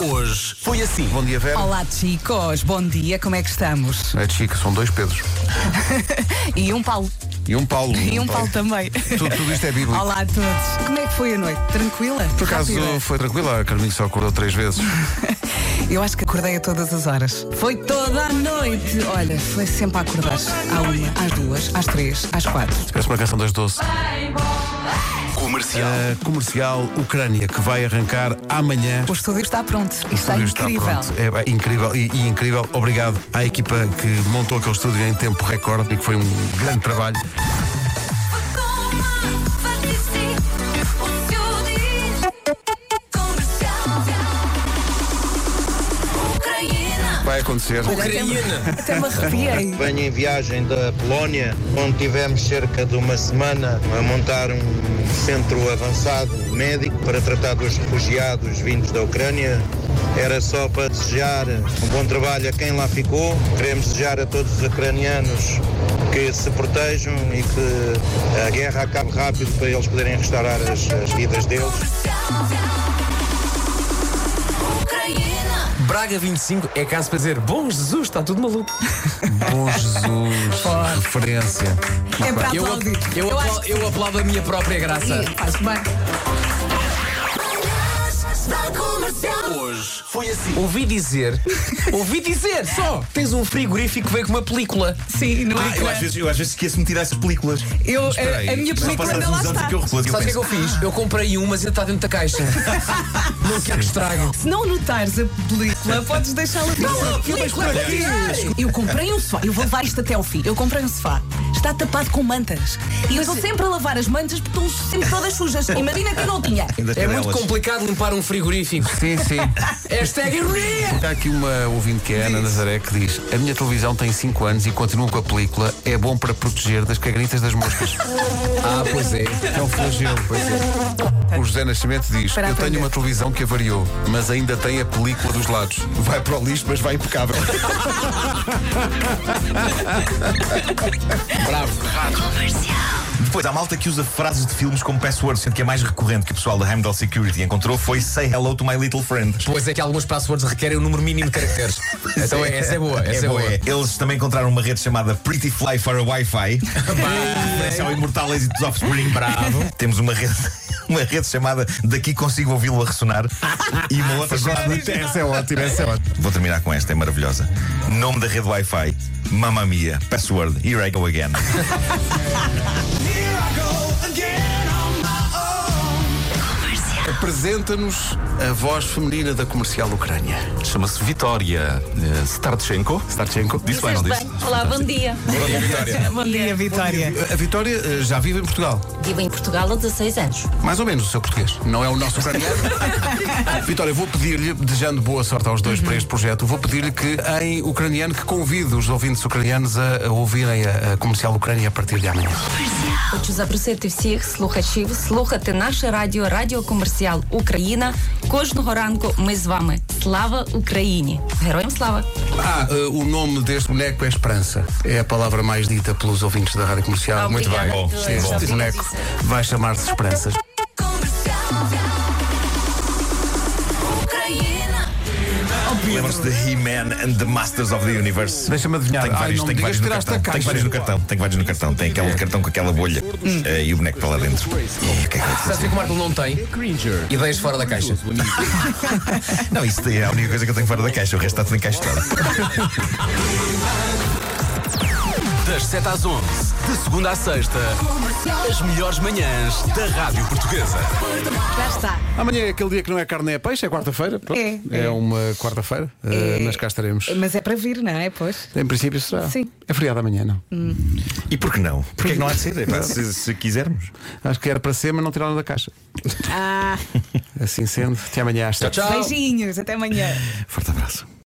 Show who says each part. Speaker 1: Hoje foi assim.
Speaker 2: Bom dia, Vera.
Speaker 3: Olá, chicos. Bom dia, como é que estamos?
Speaker 2: É chique, são dois Pedros.
Speaker 3: E um Paulo.
Speaker 2: E um Paulo.
Speaker 3: E um Paulo também.
Speaker 2: Tudo, tudo isto é bíblico.
Speaker 3: Olá a todos. Como é que foi a noite? Tranquila?
Speaker 2: Por acaso
Speaker 3: Rápida?
Speaker 2: foi tranquilo, a Carminho só acordou três vezes.
Speaker 3: Eu acho que acordei a todas as horas. Foi toda a noite. Olha, foi sempre a acordar. À uma, às duas, às três, às quatro.
Speaker 2: Parece uma canção das doce.
Speaker 1: Comercial.
Speaker 2: A comercial Ucrânia, que vai arrancar amanhã.
Speaker 3: O estúdio está pronto.
Speaker 2: O
Speaker 3: Está
Speaker 2: estúdio
Speaker 3: incrível.
Speaker 2: pronto. É, bem, incrível e, e incrível. Obrigado à equipa que montou aquele estúdio em tempo recorde e que foi um grande trabalho. Vai acontecer.
Speaker 1: Ucraniana.
Speaker 3: Até me arrepiei.
Speaker 4: Venho em viagem da Polónia, onde tivemos cerca de uma semana a montar um centro avançado médico para tratar dos refugiados vindos da Ucrânia. Era só para desejar um bom trabalho a quem lá ficou. Queremos desejar a todos os ucranianos que se protejam e que a guerra acabe rápido para eles poderem restaurar as- as vidas deles.
Speaker 1: Braga 25 é caso para dizer Bom Jesus, está tudo maluco.
Speaker 2: Bom Jesus.
Speaker 3: Forte.
Speaker 2: referência.
Speaker 3: É para
Speaker 1: Eu,
Speaker 3: aplaudir.
Speaker 1: eu,
Speaker 3: acho
Speaker 1: apla- eu aplaudo a minha própria graça.
Speaker 3: que faz bem.
Speaker 1: Hoje foi assim. Ouvi dizer, ouvi dizer só, tens um frigorífico que veio com uma película.
Speaker 3: Sim, não é?
Speaker 5: Ah, eu às vezes, eu às vezes esqueço-me de tirar essas películas.
Speaker 3: Eu, eh,
Speaker 2: Espera aí.
Speaker 3: a, a minha
Speaker 5: Só
Speaker 3: película
Speaker 5: passados
Speaker 3: ainda lá
Speaker 5: uns
Speaker 3: está.
Speaker 5: anos é que eu recolho. e eu
Speaker 1: Sabes o que é que
Speaker 5: penso,
Speaker 1: eu fiz? Eu comprei um, mas ele está dentro da caixa. Não quero que estrague.
Speaker 3: Se não notares a película, podes deixá-la de lado. é Eu comprei um sofá, eu vou levar isto até ao fim. Eu comprei um sofá, está tapado com mantas. E eu estou sempre a lavar as mantas porque estão sempre todas sujas. Imagina que eu não tinha.
Speaker 5: ainda
Speaker 1: É
Speaker 5: tem
Speaker 1: muito
Speaker 5: delas.
Speaker 1: complicado limpar um frigorífico.
Speaker 2: Sim, sim.
Speaker 1: Hashtag ironia!
Speaker 2: Há aqui uma ouvinte que é a Ana Nazaré que diz A minha televisão tem 5 anos e continua com a película É bom para proteger das cagritas das moscas
Speaker 1: Ah, pois é.
Speaker 2: É um flagelo, pois é O José Nascimento diz
Speaker 3: Para
Speaker 2: Eu
Speaker 3: aprender.
Speaker 2: tenho uma televisão que avariou Mas ainda tem a película dos lados Vai para o lixo, mas vai impecável
Speaker 5: Depois, há malta que usa frases de filmes como password, sendo que a mais recorrente que o pessoal da Heimdall Security encontrou foi Say Hello to My Little Friend.
Speaker 1: Pois é que alguns passwords requerem o número mínimo de caracteres. Então é, essa é boa, essa é, boa.
Speaker 5: é. Eles também encontraram uma rede chamada Pretty Fly for a Wi-Fi. Referência ao imortal êxito dos Offspring. Bravo. Temos uma rede, uma rede chamada Daqui Consigo Ouvi-lo a Ressonar. E uma outra chamada.
Speaker 2: Essa é ótima, essa é ótima
Speaker 5: Vou terminar com esta, é maravilhosa. Nome da rede Wi-Fi: Mamma Mia. Password: Here I Go Again.
Speaker 2: Apresenta-nos a voz feminina da comercial Ucrânia
Speaker 6: Chama-se Vitória eh, Starchenko.
Speaker 2: Starchenko
Speaker 6: Disse bem, não disse?
Speaker 7: Olá, bom dia.
Speaker 3: Bom dia, Vitória.
Speaker 2: A Vitória eh, já vive em Portugal
Speaker 7: Vivo em Portugal há 16 anos.
Speaker 2: Mais ou menos o seu português. Não é o nosso ucraniano. Vitória, vou pedir-lhe, desejando boa sorte aos dois para este projeto, vou pedir-lhe que, em ucraniano, que convide os ouvintes ucranianos a, a ouvirem a, a comercial Ucrânia a partir de amanhã.
Speaker 7: Хочу запросити всіх слухачів слухати наше радіо, радіо Комерціал Україна. Кожного ранку ми з вами. Слава Україні! Героям слава!
Speaker 2: Ah, eh, o nome deste boneco é Esperança. É a palavra mais dita pelos ouvintes da rádio comercial. Muito bem.
Speaker 7: Obrigada.
Speaker 5: Bom,
Speaker 2: Sim, Este boneco vai chamar-se Esperanças.
Speaker 5: Lembram-se de He-Man and the Masters of the Universe?
Speaker 2: Deixa-me adivinhar.
Speaker 5: Tenho
Speaker 2: Ai,
Speaker 5: vários,
Speaker 2: não
Speaker 5: tenho
Speaker 2: me
Speaker 5: vários
Speaker 2: digas que
Speaker 5: no
Speaker 2: tiraste
Speaker 5: cartão.
Speaker 2: a
Speaker 5: Tenho vários no cartão. Tenho vários no cartão. Tem aquele cartão com aquela bolha
Speaker 2: Hum.
Speaker 5: eh, e o boneco para lá dentro. E o que é que é
Speaker 1: Sabes o que o Marco não tem? Ideias fora da caixa.
Speaker 5: isso? Não, isso é a única coisa que eu tenho fora da caixa. O resto está tudo encaixado.
Speaker 6: Das 7 às 11, de segunda à sexta, as melhores manhãs da Rádio Portuguesa.
Speaker 2: Amanhã é aquele dia que não é carne, é peixe, é quarta-feira. Pronto.
Speaker 3: É.
Speaker 2: É uma quarta-feira. Eh, Nós cá estaremos.
Speaker 3: Mas é para vir, não é? Pois.
Speaker 2: Em princípio será.
Speaker 3: Sim.
Speaker 2: É feriado amanhã, não?
Speaker 5: E por que não? Porquê é que não há de ser? É pá, se, se quisermos.
Speaker 2: Acho que era para ser, mas não tiraram da caixa.
Speaker 3: Ah,
Speaker 2: Assim sendo, até amanhã às
Speaker 1: Tchau,
Speaker 2: sete.
Speaker 1: tchau.
Speaker 3: beijinhos, até amanhã.
Speaker 2: Forte abraço.